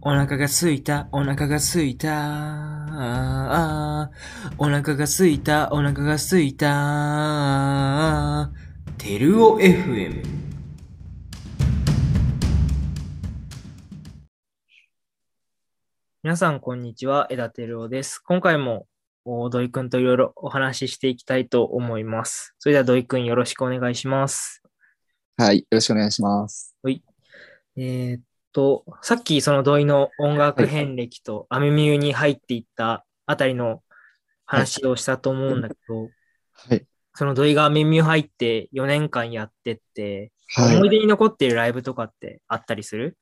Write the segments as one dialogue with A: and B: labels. A: お腹がすいた、お腹がすいた、あーお腹がすいた、お腹がすいた、てるお FM。
B: 皆さん、こんにちは。枝照夫です。今回も、お土井くんといろいろお話ししていきたいと思います。それでは、土井くん、よろしくお願いします。
C: はい、よろしくお願いします。
B: えーっと、さっき、その土井の音楽遍歴と、アメミューに入っていったあたりの話をしたと思うんだけど、
C: はい。
B: その土井がアメミュー入って4年間やってって、思
C: はい
B: 出に残っているライブとかってあったりする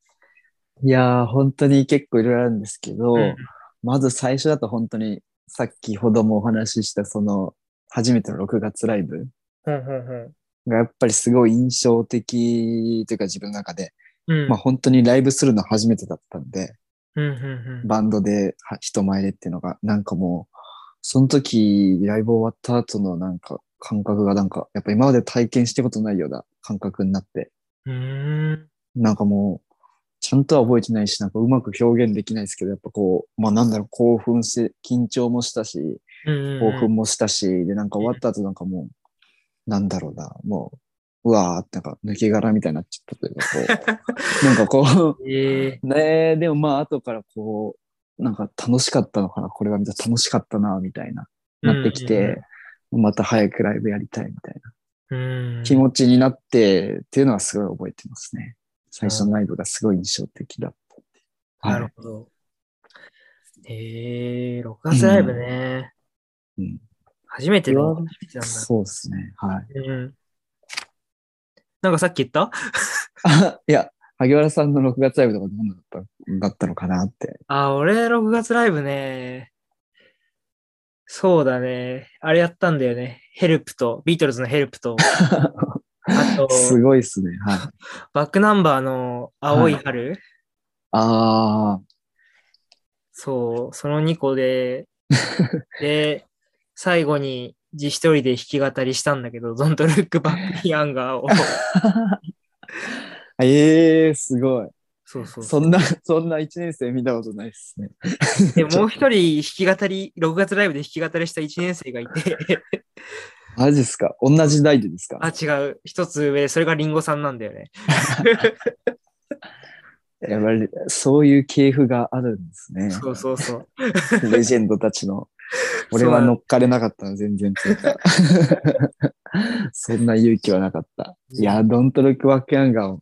C: い。いやー、本当に結構いろいろあるんですけど、
B: うん
C: まず最初だと本当にさっきほどもお話ししたその初めての6月ライブ
B: ほんほんほん。
C: がやっぱりすごい印象的というか自分の中で、
B: うん。
C: まあ本当にライブするの初めてだったんで、
B: うんうん
C: バンドでは人前でっていうのがなんかもう、その時ライブ終わった後のなんか感覚がなんかやっぱ今まで体験したことないような感覚になって、
B: うん。うーん。
C: なんかもう、ちゃんとは覚えてないし、なんかうまく表現できないですけど、やっぱこう、まあなんだろう、興奮して、緊張もしたし、
B: うんうん
C: 興
B: うん
C: 奮もしたし、で、なんか終わった後なんかもう、なんだろうな、もう、うわーってなんか抜け殻みたいになっちゃったというか、こう、なんかこ
B: え
C: う、ねえ、でもまあ後からこう、なんか楽しかったのかな、これはみたいな、楽しかったな、みたいな、
B: ー
C: なってきて、また早くライブやりたいみたい
B: う
C: な
B: んうんうん
C: 気持ちになってっていうのはすごい覚えてますね。最初のライブがすごい印象的だった。
B: な
C: はい
B: る。ほど。えー、6月ライブね。
C: うん
B: 初めての初めてなんだ
C: そうですね。はい。
B: うん。なんかさっき言った
C: あい や、萩原さんの6月ライブとかどんなだっただったのかなって。
B: あ、俺6月ライブね。そうだね。あれやったんだよね。ヘルプと、ビートルズのヘルプと、あ と
C: すごいですね。はい。
B: バックナンバーの青い春、
C: ああ、
B: そう、その2個で、で、最後に自一人で弾き語りしたんだけど、Don't Look Back in Anger を。
C: ええすごい。
B: そうそう
C: そんな、そんな1年生見たことないですね。
B: で、もう一人弾き語り、6月ライブで弾き語りした1年生がいて、
C: マジっすか同じ代でですか
B: あ、違う、一つ上、それがリンゴさんなんだよね。
C: やっぱり、そういう系譜があるんですね。
B: そうそうそう。
C: レジェンドたちの。俺は乗っかれなかったな、全然。 そんな勇気はなかった。いや、ドントルックバックアンガー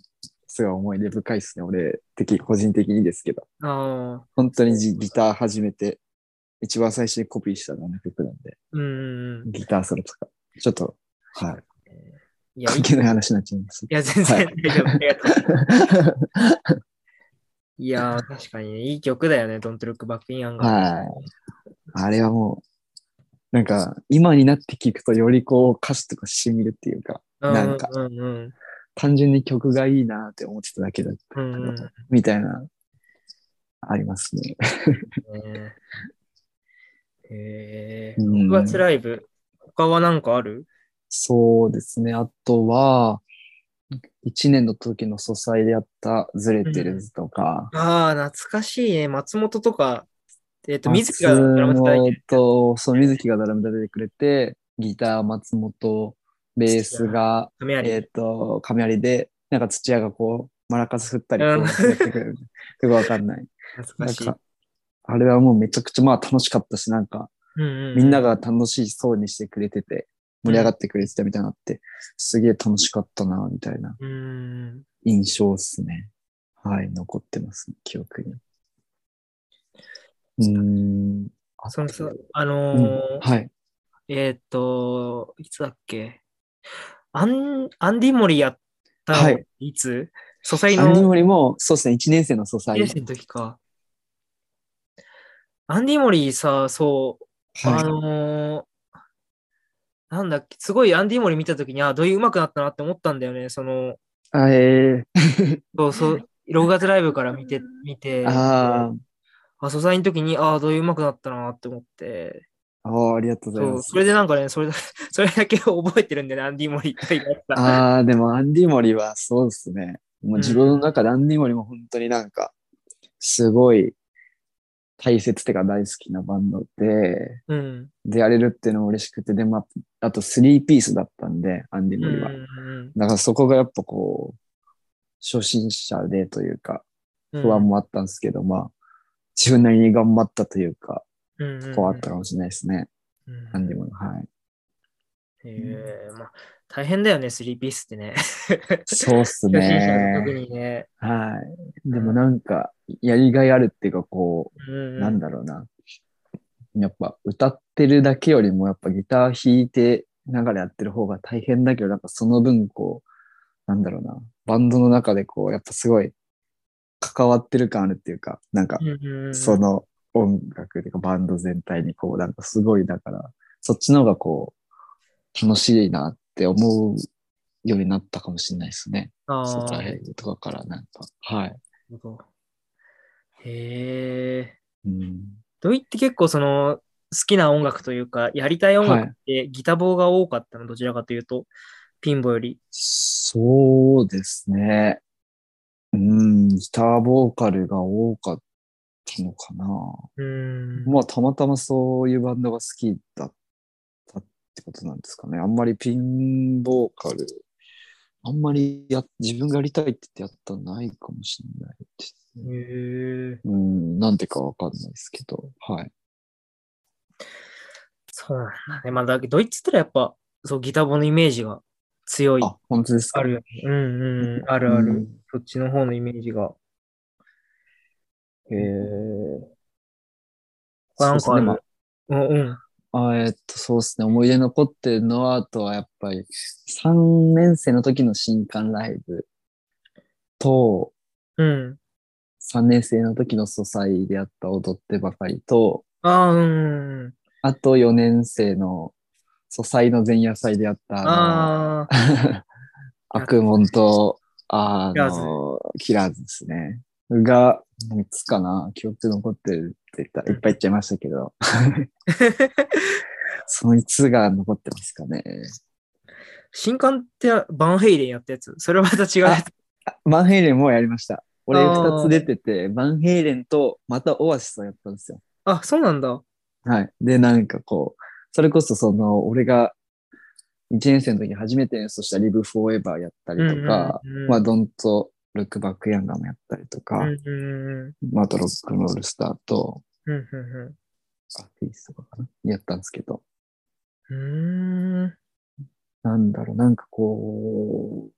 C: すごい思い出深いですね。俺的、個人的にですけど。
B: ああ、
C: 本当にじギター始めて、一番最初にコピーしたのがあの曲なんで、
B: うん。
C: ギターソロとか。ちょっと、はい。
B: い や、いい
C: 関係ない話になっちゃいます
B: い。や全然
C: は
B: 大丈夫。ありがとう。いやー、確かにね、いい曲だよね、Don't Look Back in Anger。
C: はい。あれはもう、なんか、今になって聞くとよりこう歌詞とか染みるっていうか、
B: うん
C: なんか
B: うんうん
C: 単純に曲がいいなって思ってただけだ
B: うんうんうん
C: みたいな、ありますね。
B: ねえ
C: う
B: ー、6
C: ん
B: 月ライブ、他は何かある
C: そうですね。あとは、1年の時の素材でやったズレてるズとか、
B: ああ、懐かしいね。松本とか、えっ、と、水木が
C: 松
B: ドラマ叩いて
C: 本
B: る。
C: と、そう、水木がドラムで出てくれて、ギター松本、ベースが、
B: 亀有。
C: えっ、と、亀有で、なんか土屋がこう、マラカス振ったり、こ
B: うん
C: うやってくれる。よくわか んない。
B: 懐
C: な
B: か
C: ん
B: しい
C: か。、あれはもうめちゃくちゃまあ楽しかったし、なんか、
B: うんうんうん
C: みんなが楽しそうにしてくれてて、盛り上がってくれてたみたいなのあって、すげえ楽しかったな、みたいな
B: うーん。
C: 印象っすね。はい、残ってます、記憶に。うーん。あ
B: そのさ
C: と、
B: あの
C: う
B: ー
C: んはい。
B: えーっと、いつだっけアン、アンディモリやったの
C: はい
B: いつ素材
C: アンディ
B: の
C: モリも、そうですね、1年生の素材。
B: 1年生の時か。アンディモリさ、そう、あ
C: は
B: のーなんだっけ、すごいアンディモリ見たときに、あ、どういう上手くなったなって思ったんだよね。その、
C: い。あえ
B: そうそう、6月ライブから見て、見て、
C: ー、あー
B: あ、素材の時に、ああ、どういう上手くなったなって思って、
C: あー、ありがとうござい
B: そ
C: ま
B: う、
C: す
B: そ。れでなんかね、それだ それだけ覚えてるんだよね、アンディモリって言った。
C: ああ、でもアンディモリはそうですね。もう自分の中でアンディモリも本当になんか、すごい大切ってか大好きなバンドで、
B: うん。
C: で、やれるっていうのも嬉しくて、で、まあ、あと3ピースだったんで、アンディ・
B: うん
C: ムリは。
B: うん
C: だからそこがやっぱこう、初心者でというか、
B: うん。
C: 不安もあったんですけど、まあ、自分なりに頑張ったというか、
B: うんうんうん、
C: そこはあったかもしれないですね。
B: うん
C: アンディ・ムリは。はい。
B: ええまあ、大変だよね、スリーピースってね。
C: そうっす
B: 初心者の
C: ね
B: 特。にね。
C: はい。でもなんか、やりがいあるっていうか、こ
B: う
C: う、
B: ん。
C: なんだろうな。やっぱ、歌ってるだけよりも、やっぱギター弾いてながらやってる方が大変だけど、なんかその分、こう、なんだろうな。バンドの中で、こう、やっぱすごい、関わってる感あるっていうか、なんか、
B: うんうんうん。
C: その音楽というか、バンド全体に、こう、なんかすごい、だから、そっちの方が、こう、楽しいなって思うようになったかもしれないですね。
B: あ
C: そう
B: あ、
C: 大
B: なる
C: 変とかからなんか。はい。
B: ほど。へえ。
C: うん。
B: ドイって結構その好きな音楽というか、やりたい音楽ってギタボーが多かったの、どちらかというと、ピンボより。
C: そうですね。うん、ギターボーカルが多かったのかな。
B: うーん。
C: まあ、たまたまそういうバンドが好きだったってことなんですかね。あんまりピンボーカル、あんまりや自分がやりたいって言ってやったのないかもしれないですね。
B: へえ。
C: うん、なんでかわかんないですけど。はい。
B: そうなんだね。まあ、だけどドイツって言ったらやっぱ、そう、ギタボーのイメージが強い。
C: あ、本当ですか
B: あるよね。うんうん。あるあ
C: う
B: る。
C: ん
B: そっちの方のイメージが。
C: へえ。
B: 他なんか
C: そう
B: あ
C: ですね
B: る
C: まあ
B: うんうん。
C: あえっと、そうですね。思い出残ってるのは、あとはやっぱり、3年生の時の新刊ライブと、
B: うん。
C: 3年生の時の素祭でやった踊ってばかりと、
B: ああ、うんうん。
C: あと4年生の素祭の前夜祭でやった、あ
B: ああ、
C: の、悪門と、あ
B: キラーズ
C: の、キラーズですね。が、3つかな。記憶残ってるって言ったらいっぱい言っちゃいましたけど、その3つが残ってますかね。
B: 新刊ってバンヘイレンやったやつ。それはまた違うやつ。
C: バンヘイレンもやりました。俺
B: あー
C: 二つ出てて、バンヘイレンとまたオアシスをやったんですよ。
B: あ、そうなんだ。
C: はい。で、なんかこう、それこそその、俺が1年生の時に初めて演奏したリブフォーエバーやったりとか、
B: うんうんうん
C: まあ、ドンとルックバックヤンガーもやったりとか、
B: うんうん
C: まあ、あとロックンロールスターと、
B: うんうんうん
C: アーティストとかな、やったんですけど、
B: うん。うーん。
C: なんだろう、なんかこう、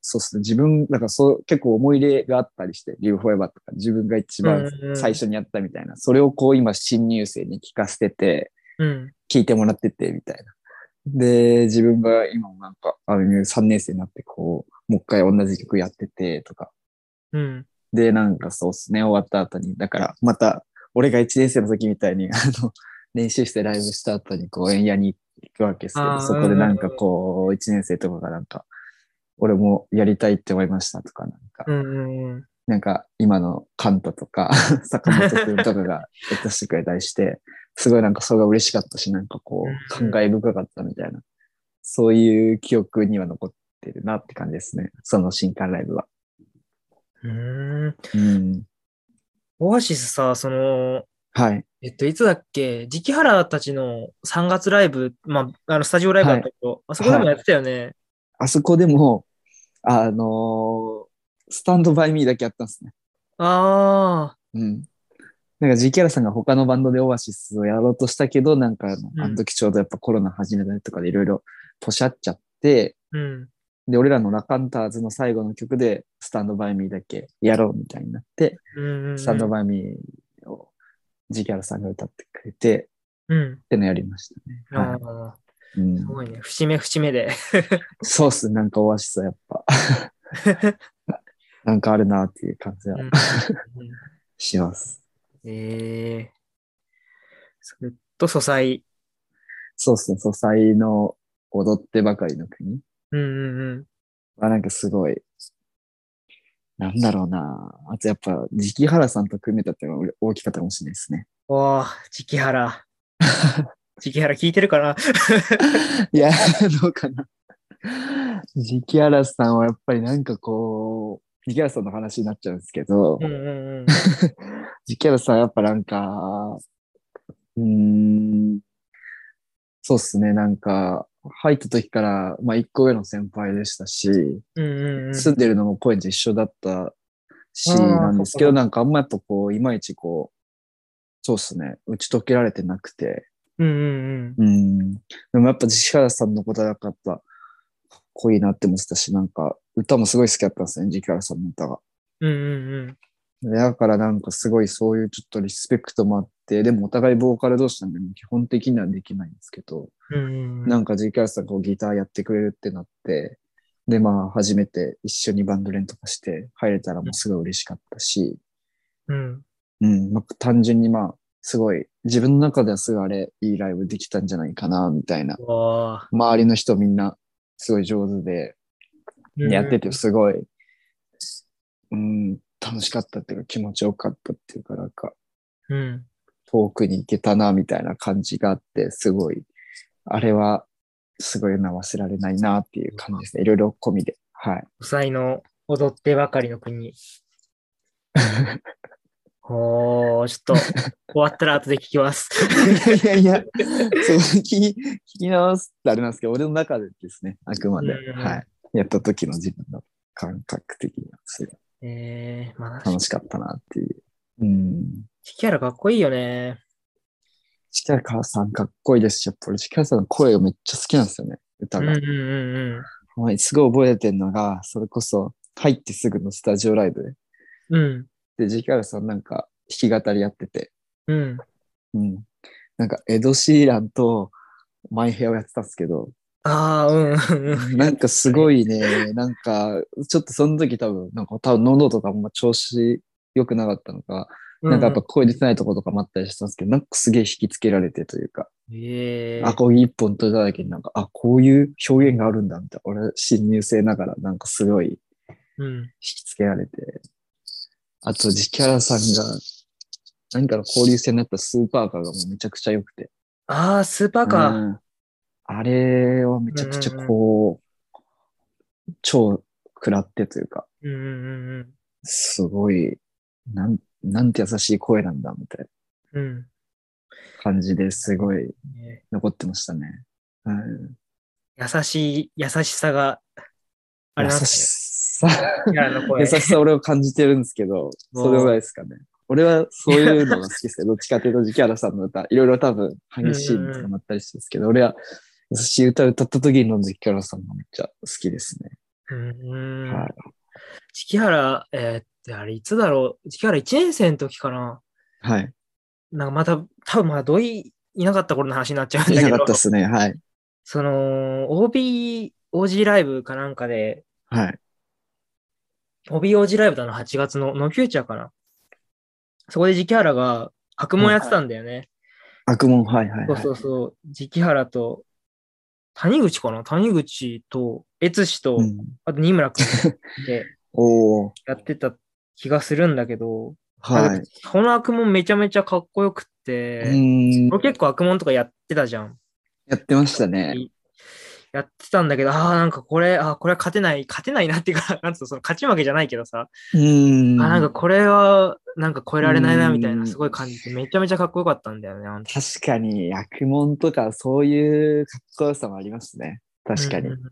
C: そうですね、自分、だからそう、結構思い入れがあったりして、リブフォーエバーとか、自分が一番
B: うんうん
C: 最初にやったみたいな、それをこう今新入生に聞かせてて、
B: うん。
C: 聞いてもらってて、みたいな。で、自分が今もなんか、あ3年生になってこう、もう一回同じ曲やってて、とか。
B: うん。
C: で、なんかそうですね、終わった後に、だからまた、俺が1年生の時みたいに、あの、練習してライブした後にこう、円屋に行くわけですけ
B: あ
C: ど、
B: ー
C: そこでなんかこう、1年生とかがなんか、俺もやりたいって思いましたとか、なんか、
B: うんうんうん。
C: なんか今のカンタとか、 坂本くんとかが歌してくれたりして、すごいなんかそれが嬉しかったし、なんかこう、
B: うん
C: 感慨深かったみたいな、そういう記憶には残ってるなって感じですね。その新刊ライブは。
B: うーん。
C: うん。
B: オアシスさ、その、
C: はい。
B: えっと、いつだっけ、時期原たちの3月ライブ、まあ、あの、スタジオライブだったけど、あそこでもやってたよね。
C: あそこでも、あのースタンドバイミーだけやったんですね。
B: ああ、
C: うん。なんか、ジキャラさんが他のバンドでオアシスをやろうとしたけど、なんかあの
B: う、ん
C: あの時ちょうどやっぱコロナ始めたりとかでいろいろポシャっちゃって、
B: うん。
C: で、俺らのラカンターズの最後の曲で、スタンドバイミーだけやろうみたいになって、
B: うんうん。
C: スタンドバイミーをジキャラさんが歌ってくれて、っ
B: うん。
C: てのやりましたね。
B: あ
C: は
B: あ、
C: い。うん
B: すごいね。節目節目で。
C: そうっす、なんかオアシスはやっ ぱ、なんかあるなっていう感じは
B: うん
C: します。
B: ええそれと、素材。
C: そうっすね、素材の踊ってばかりの国
B: うんうんうん。
C: はなんかすごい、なんだろうなあとやっぱ、ジキハラさんと組めたっていうのは俺大きかったかもしれないですね。
B: おー、時期原。時期原聞いてるかない
C: や、どうかな。時期嵐さんはやっぱりなんかこジキャラさんの話になっちゃうんですけど、
B: うんうんうん。
C: ジキャラさんやっぱなんか、うーん、そうっすね、なんか、入った時から、まあ一個上の先輩でしたし、
B: うんうんうん。
C: 住んでるのも高円寺一緒だったし、
B: あー
C: なんですけ
B: そっか
C: ど、なんかあんまやっぱこう、いまいちこう、そうっすね、打ち解けられてなくて、
B: うんうん
C: うん。でもやっぱジキャラさんのことはなんかやっぱ、かっこいいなって思ってたし、なんか、歌もすごい好きだったんですね、ジキャラさんの歌が。
B: うん。うんうんうん。
C: だからなんかすごいそういうちょっとリスペクトもあって、でもお互いボーカル同士なんで基本的にはできないんですけど、
B: うんうんうん
C: なんか GKR さんこうギターやってくれるってなって、でまあ初めて一緒にバンド練とかして入れたらもうすごい嬉しかったし、
B: うん。
C: うん、まあ、単純にまあすごい自分の中ではすごいあれいいライブできたんじゃないかなみたいな、
B: わあ
C: 周りの人みんなすごい上手で、
B: うん
C: やっててすごい、うん、楽しかったっていうか気持ちよかったっていうかなんか、
B: うん。
C: 遠くに行けたな、みたいな感じがあって、すごい、あれは、すごいな、忘れられないな、っていう感じですね。いろいろ込みで。 はい。
B: うさいの踊ってばかりの国。おー、ち ょっと、終わったら後で聞き ます。
C: いやいや、そう、聞き、聞き直すってあれなんですけど、俺の中でですね、あくまで。
B: うん
C: はい。やった時の自分の感覚的には、すごい
B: えー、まあ、
C: 楽しかったな、っていう。うん。
B: チキャラかっこいいよね。
C: チキャカさんかっこいいですし、やっぱりチキャカさんの声がめっちゃ好きなんですよね、歌
B: うん
C: が
B: うん。うん
C: はいすごい覚えてるのが、それこそ、入ってすぐのスタジオライブで、
B: うん。うん。
C: で、ジキャラさんなんか弾き語りやってて、
B: うん。
C: うん。なんか、エド・シーランとマイヘアをやってたんですけど、
B: ああ、うんうんうん。
C: なんかすごいね、なんか、ちょっとその時多分、なんか多分喉とかも調子良くなかったのか、なんかやっぱ声出てないとことかもあったりしたんですけど、なんかすげえ引きつけられてというか、
B: ええ
C: あ、こういう一本取れただけになんか、あ、こういう表現があるんだ、みたいな。俺、新入生ながらなんかすごい
B: うん。
C: 引きつけられて、あと、ジキャラさんが、何かの交流戦になったスーパーカーがもうめちゃくちゃ良くて。
B: ああ、スーパーか。
C: うんあれはめちゃくちゃこう、超食らってというか、
B: うんうんうん
C: すごい、なん、なんて優しい声なんだ、みたいな
B: うん。うん
C: 感じですごい
B: ね
C: 残ってましたね。うん、
B: 優しい、優しさが、あれ
C: 優
B: なん
C: し
B: です
C: さ。
B: ね。キャラの声
C: 優。しさ俺を感じてるんですけど、それぐらいですかね。俺はそういうのが好き ですね。どっちかというと、ジキャラさんの歌、いろいろ多分激しいのとかもあったりしてるんですけど、俺は優しい歌を歌った時のジキャラさんがめっちゃ好きですね。
B: うんうん
C: はい。
B: チキハラ、えーってあれ、いつだろう。チキハラ1年生の時かな。
C: はい。
B: なんかまた、多分まだ土井いなかった頃の話になっちゃうん
C: い
B: だ
C: な
B: け
C: かった
B: ど
C: で、すね。はい。
B: その、OB、OG ライブかなんかで、
C: はい。
B: OB、OG ライブだの8月の、ノーフューチャーかな。そこでジキハラが悪夢やってたんだよね。
C: 悪夢、はいはい、
B: そう
C: はい。
B: そうそう、時期原と、谷口かな谷口と、悦司と、
C: うん、
B: あと新村君で
C: おー。
B: やってた気がするんだけど、
C: はい。
B: この悪夢めちゃめちゃかっこよくっ
C: う
B: て、
C: ーん。
B: 俺結構悪夢とかやってたじゃん。
C: やってましたね。
B: やってたんだけど、ああ、なんかこれ、ああ、これは勝てない、勝てないなっていうか、なんつうの、その勝ち負けじゃないけどさ、
C: うーん。
B: あなんかこれは、なんか超えられないなみたいうな、
C: ん
B: すごい感じて、めちゃめちゃかっこよかったんだよね、あの時
C: 確かに、悪夢とかそういうかっこよさもありますね。確かに。
B: うんうん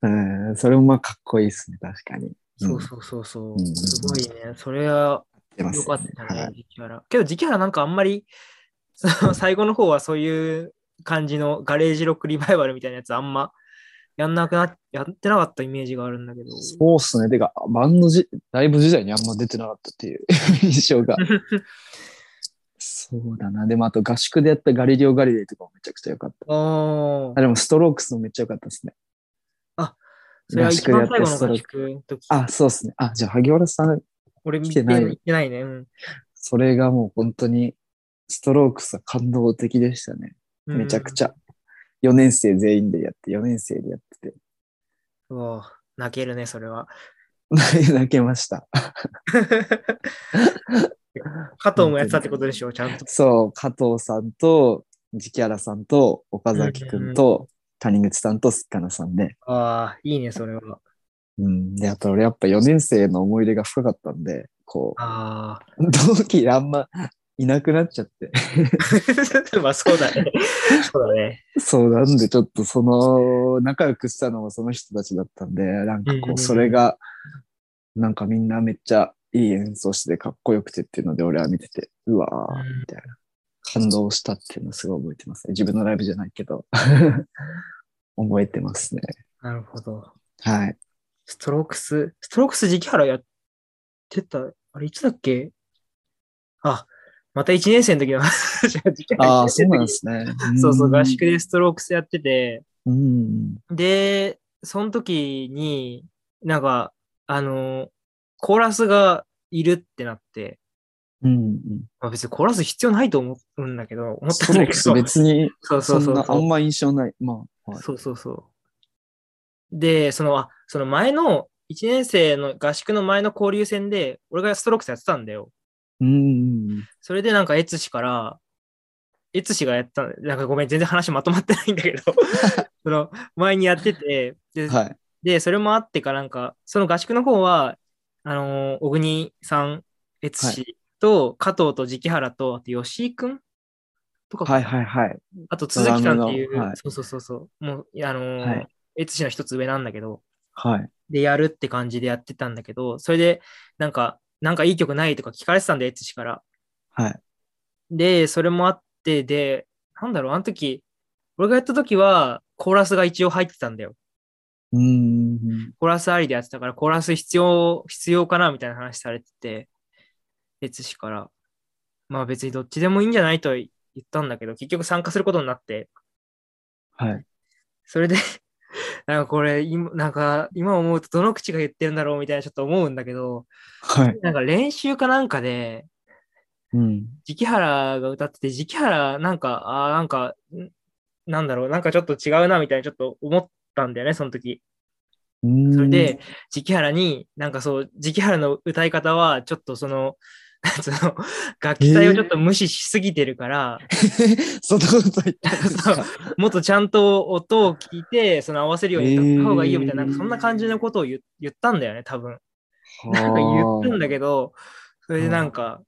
B: うん
C: うん、それもまあかっこいいですね、確かに。
B: そうそうそうそう、
C: うん
B: すごいね、それは
C: 出ます
B: よ
C: よ
B: かっ
C: ね
B: た
C: は
B: ね
C: い、
B: 時期原。けど時期原なんかあんまり、 その最後の方はそういう感じのガレージロックリバイバルみたいなやつあんまやんなくな、やってなかったイメージがあるんだけど。
C: そうっすね。てか、バンドじ、ライブ時代にあんま出てなかったっていう 印象が。そうだな。でも、あと合宿でやったガリレオ・ガリレイとかもめちゃくちゃ良かった。
B: お
C: あ、
B: ー
C: でもストロークスもめっちゃ良かったですね。
B: それは一番最後の
C: 合宿や
B: 合
C: って
B: 宿の時。
C: あ、そうですね。あ、じゃあ、萩原さん、
B: 俺見
C: 来
B: て
C: てない
B: 見てないね。うん。
C: それがもう本当に、ストロークスは感動的でしたね。めちゃくち
B: ゃ。
C: ゃ。4年生全員でやって、4年生でやってて
B: うわ泣けるね、それは。。
C: 泣けました。
B: 加藤もやってたってことでしょ、ちゃんと。
C: そう、加藤さんと、ジキャラさんと、岡崎くんと、谷口さんと、すっかなさんで、
B: ああ、いいね、それは。
C: うん。で、あと俺やっぱ4年生の思い出が深かったんで、こ
B: あ
C: う、 同期があんまいなくなっちゃって。
B: あ。 まあそうだね。そうだね。
C: そうなんで、ちょっとその、仲良くしたのもその人たちだったんで、なんか
B: うんうん
C: こ
B: うん
C: う、それが、なんかみんなめっちゃいい演奏してかっこよくてっていうので、俺は見てて、うわー、みたいな。感動したっていうのすごい覚えてますね。自分のライブじゃないけど、 覚えてますね。
B: なるほど。
C: はい。
B: ストロークス、ストロークス時期原やってた、あれいつだっけあ、また1年生の時の 話が時期原
C: ああ、
B: 一
C: そう
B: 年生
C: な
B: の
C: んで
B: 時
C: す ね。
B: そうそう、合宿でストロークスやってて、
C: うん。
B: で、その時に、なんか、あの、コーラスがいるってなって、
C: うん。うん。
B: まあ別にコーラス必要ないと思うんだけど、思っ
C: ス
B: た
C: ト
B: ん
C: ロ
B: だ
C: ー
B: け
C: ク
B: ど、
C: ス別に、
B: そうそ
C: そ
B: うんそう
C: な
B: そ
C: あ
B: う。
C: んま印象ない。まあ、はい。
B: そうそうそう。で、その、あ、その前の、1年生の合宿の前の交流戦で、俺がストロークスやってたんだよ。
C: うん。
B: それでなんか、エツシから、エツシがやった、なんかごめん、全然話まとまってないんだけ ど、その、前にやってて、で、
C: はい。
B: でそれもあってかなんか、その合宿の方は、あのー小国さん、エツシと、加藤と直原と、あと吉井くんとかかな
C: はいはいはい。
B: あと、鈴木さんってい
C: ド
B: う、
C: ラムのはい
B: そうそうそうそう、もう、あのー
C: はい
B: エツシの一つ上なんだけど、
C: はい。
B: で、やるって感じでやってたんだけど、それで、なんか、なんかいい曲ないとか聞かれてたんだよ、エツシから。
C: はい。
B: で、それもあって、で、なんだろう、あの時、俺がやった時は、コーラスが一応入ってたんだよ。
C: うん。
B: コーラスありでやってたから、コーラス必要、必要かなみたいな話されてて、エツシから。まあ別にどっちでもいいんじゃないと言ったんだけど、結局参加することになって、
C: はい。
B: それで、 なんかこれ、今、なんか、今思うとどの口が言ってるんだろうみたいなちょっと思うんだけど、
C: はい。
B: なんか練習かなんかで、
C: うん。
B: 直原が歌ってて、直原なんか、あーなんか、んなんだろう、なんかちょっと違うなみたいなちょっと思ったんだよね、その時。
C: うん
B: それで、、直原に、なんかそう、直原の歌い方は、ちょっとその、 その楽器体をちょっと無視しすぎてるから、
C: そんなこと言ったんです か
B: そうもっとちゃんと音を聞いて、その合わせるように歌った方がいいよみたいな、
C: えー
B: なんかそんな感じのことを言言ったんだよね、多分。 なんか言
C: は
B: ったんだ
C: あ
B: けど、それでなんか、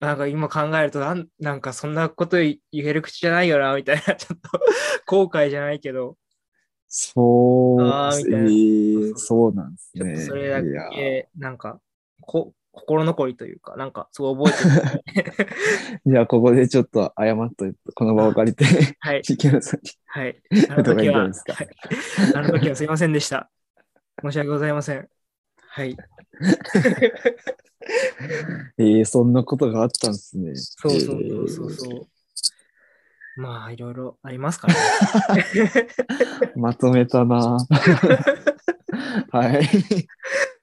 B: なんか今考えるとなん、なんかそんなこと言える口じゃないよな、みたいな、 ちょっと後悔じゃないけど、
C: そう、
B: あーみたいな
C: えーそうなんです
B: ちょっ
C: ね。
B: とそれだ
C: いや
B: け、なんかこ、心残りというか、なんかすごい 覚えてる。
C: じゃあ、ここでちょっと謝っといて、この場 を借りて、
B: はい、
C: 池原さんに
B: はい。あの
C: 言った方が
B: 時
C: いいんじゃな
B: は、
C: いですか。
B: あの時はすいませんでした。申し訳ございません。はい。
C: えー、そんなことがあったんですね。
B: そうそうそうそうそう。まあ、いろいろありますから ね。
C: えーまとめたなはい。
B: ち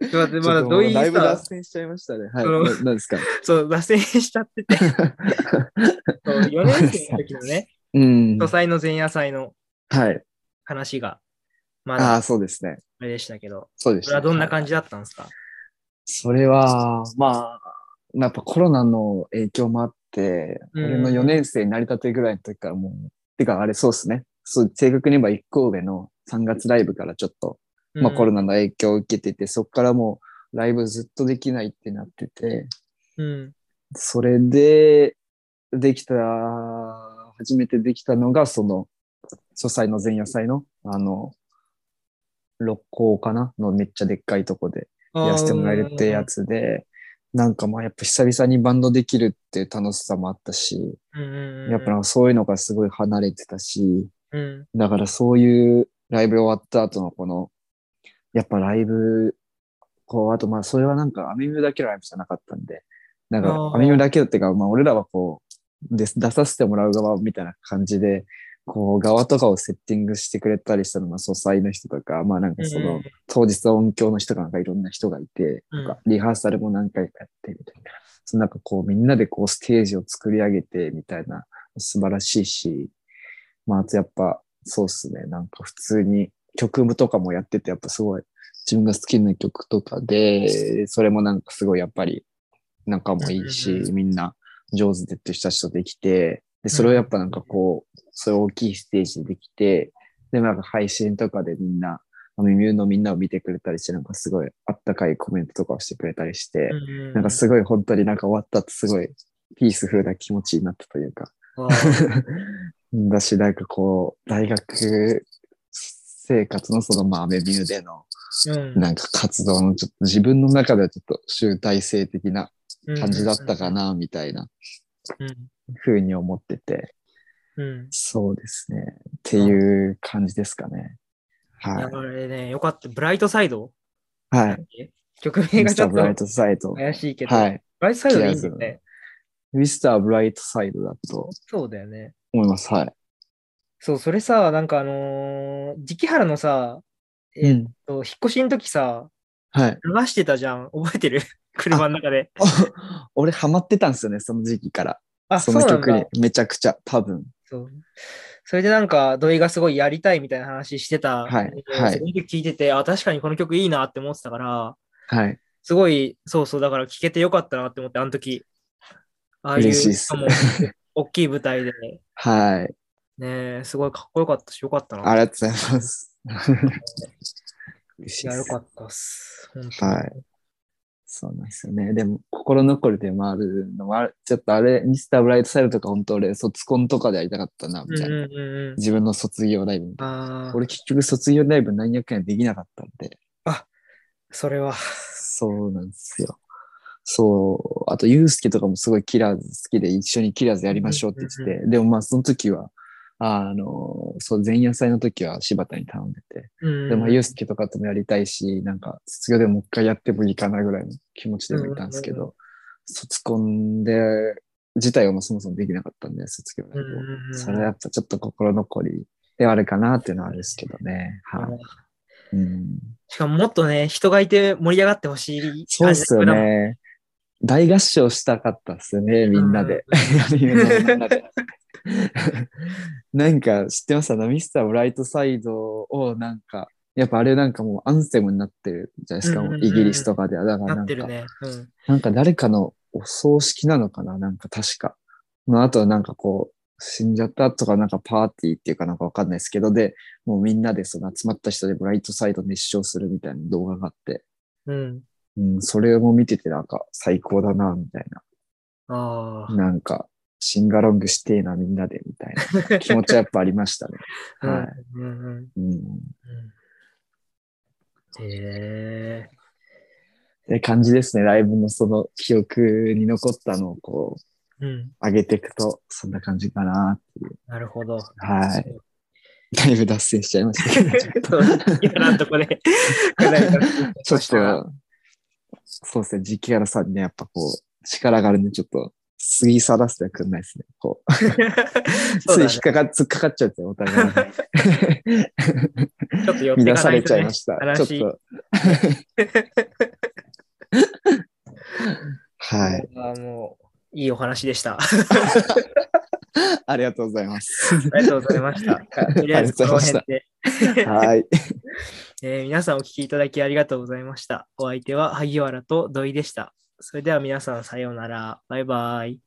B: ょっと待ってまだ
C: ちょっとも
B: どういう
C: だいぶ
B: さ
C: 脱、線しちゃいましたね。はい。
B: その
C: ななんで すか
B: そう、脱線しちゃってて、そう4年生の時のね、
C: うん。
B: 都祭の前夜祭の
C: はい。
B: 話が、ま
C: あ
B: だ
C: あ、そうですね。
B: あれでしたけど、
C: そうでし
B: そ
C: た。
B: れはどんな感じだったんですか
C: それは、まあ、やっぱコロナの影響もあって、
B: うん
C: 俺の4年生になりたてぐらいの時からもう、てかあれそうですね。そう、正確に言えば1個上の3月ライブからちょっと、まあコロナの影響を受けてて、そこからもうライブずっとできないってなってて、
B: ナ。うん。
C: それで、できた、初めてできたのが、その、書斎の前夜祭の、あの、六甲かなのめっちゃでっかいとこで、やらせてもらえるってやつで、なんかまあやっぱ久々にバンドできるっていう楽しさもあったし、
B: うんうんうん。
C: やっぱなんかそういうのがすごい離れてたし、
B: うん。
C: だからそういうライブ終わった後のこの、やっぱライブ、こう、あとまあそれはなんかアミムだけのライブじゃなかったんで、なん
B: あ
C: か
B: ー
C: アミムだけっていうか、まあ俺らはこう、で出させてもらう側みたいな感じで、こう、側とかをセッティングしてくれたりしたのは、素材の人とか、まあなんかその、当日は音響の人がなんかいろんな人がいて、
B: うん
C: とかリハーサルも何回かやってみたいな。そのなんかこうみんなでこうステージを作り上げてみたいな、素晴らしいし、まああとやっぱそうっすね、なんか普通に曲とかもやっててやっぱすごい自分が好きな曲とかで、それもなんかすごいやっぱり仲もいいし、
B: うんうん
C: みんな上手でっていう人たちとできて、で、それをやっぱなんかこう、そういう大きいステージでできて、で、なんか配信とかでみんなあの、ミューのみんなを見てくれたりして、なんかすごいあったかいコメントとかをしてくれたりして、
B: う
C: なんかす
B: い。
C: ごい本当になんか終わったってすごいピースフルな気持ちになったというか。
B: わあ
C: だし、なんかこう、大学生活のその、まあ、アメミューでの、
B: うん
C: なんか活動のちょっと自分の中ではちょっと集大成的な感じだったか。な、みたいな
B: うん
C: 風に思ってて、
B: うん。
C: そうですね。っていう感じですかね。
B: い
C: は
B: やあれね、よかった。ブライトサイド
C: い。はい。
B: 曲名
C: ミ
B: が
C: ス
B: ち
C: タ
B: ょ
C: ーブラ
B: っ
C: イ
B: と
C: トサイド。
B: 怪しいけど、
C: はい。
B: ブライトサイドでいいんだよ
C: 違
B: ね。
C: ミスターブライトサイドだと
B: そうだよね。
C: 思います。はい。
B: そう、それさ、なんかあのー、時期原のさ、えっ
C: ん。
B: と、引っ越しの時さ、
C: はい。
B: 流してたじゃん。 覚えてる車の中で。
C: 俺ハマってたんですよね、その時期から。
B: あ、
C: そ
B: そう
C: の
B: なん
C: 曲に
B: だ。。
C: めちゃくちゃ、多分。
B: そう。それでなんか、土井がすごいやりたいみたいな話してた。
C: はい
B: で
C: はい
B: それで聞いてて、あ、確かにこの曲いいなって思ってたから、
C: はい。
B: すごい、そうそう、だから聴けてよかったなって思って、あの時。ああいう、
C: 嬉しいっす
B: かも、大きい舞台で、
C: はい。
B: ね、すごいかっこよかったし、よかったな。
C: ありがとうございます。嬉し
B: い
C: いで
B: や、よ
C: す。
B: かったっす。本当に
C: はい。そうなんですよね。でも、心残りでもあるのもある。ちょっとあれ、ミスターブライトサイドとか、本当俺、卒コンとかでやりたかったな、み
B: うん
C: たいな。
B: うんうんう
C: 自分の卒業ライブみ
B: ん。
C: たい
B: あ
C: な。
B: あ、
C: 俺、結局卒業ライブ何百円できなかったんで。
B: それは。
C: そうなんですよ。そう。あと、ユースケとかもすごいキラーズ好きで、一緒にキラーズやりましょうって言
B: うんうん
C: ってて。でも、まあ、その時は、あの、そう、前夜祭の時は柴田に頼んでて。
B: うん
C: でも、ユースケとかともやりたいし、なんか、卒業でもう一回やってもいいかなぐらいの気持ちでもいたんですけ
B: うんうん
C: ど、卒コンで、自体はもうそもそもできなかったんで、卒業ライ
B: うん
C: ブを。
B: うんうん
C: それはやっぱちょっと心残りではあるかなっていうのはあるんですけどね。は
B: うん
C: い。うん、
B: しかももっとね、人がいて盛り上がってほしい感じ
C: そうっすよ。ね。大合唱したかったっすね、みんなで。みんなで なんか知ってましたミスターブライトサイドをなんか、やっぱあれなんかもうアンセムになってるじゃないですか、
B: うんうんうん
C: もうイギリスとかでは。だから
B: な
C: な
B: っ
C: ん
B: て
C: か、
B: るね。うん。
C: なんか誰かのお葬式なのかななんか確か。まあ、あとはなんかこう、死んじゃったとかなんかパーティーっていうかなんかわかんないですけど、で、もうみんなでその集まった人でブライトサイド熱唱するみたいな動画があって、
B: うん。
C: うん、それも見ててなんか最高だな、みたいな。
B: ああ。
C: なんか、シンガロングしてえな、みんなで、みたいな気持ちはやっぱありましたね。は
B: うんうんうん
C: い。うん。っ
B: うん。へえ。
C: て感じですね。ライブのその記憶に残ったのをこう、
B: うん。
C: 上げていくと、そんな感じかな。
B: なるほど。
C: はい。だいぶ脱線しちゃいました けど。
B: そう。今のとこ で、
C: ちょっと、そうですね。時期からさんね、やっぱこう、力があるんで、ちょっと、過ぎ去らせてはくんないですね。こう、
B: そう
C: つ
B: だ
C: い 引
B: ね
C: っかかっ、突っかかっちゃうんですよ、お互いに。
B: ちょっと寄って
C: 乱
B: か
C: さ
B: な
C: れ
B: い
C: ち
B: と
C: ゃい
B: ね
C: ま。した。
B: 悲しい
C: ちょっと。 はい。
B: あーもう、いいお話でした。
C: ありがとうございま す。
B: ありがとうございました。とりあえず、この辺で。
C: はい。
B: えー皆さんお聞きいただきありがとうございました。お相手は萩原と土井でした。それでは皆さんさようなら。バイバイ。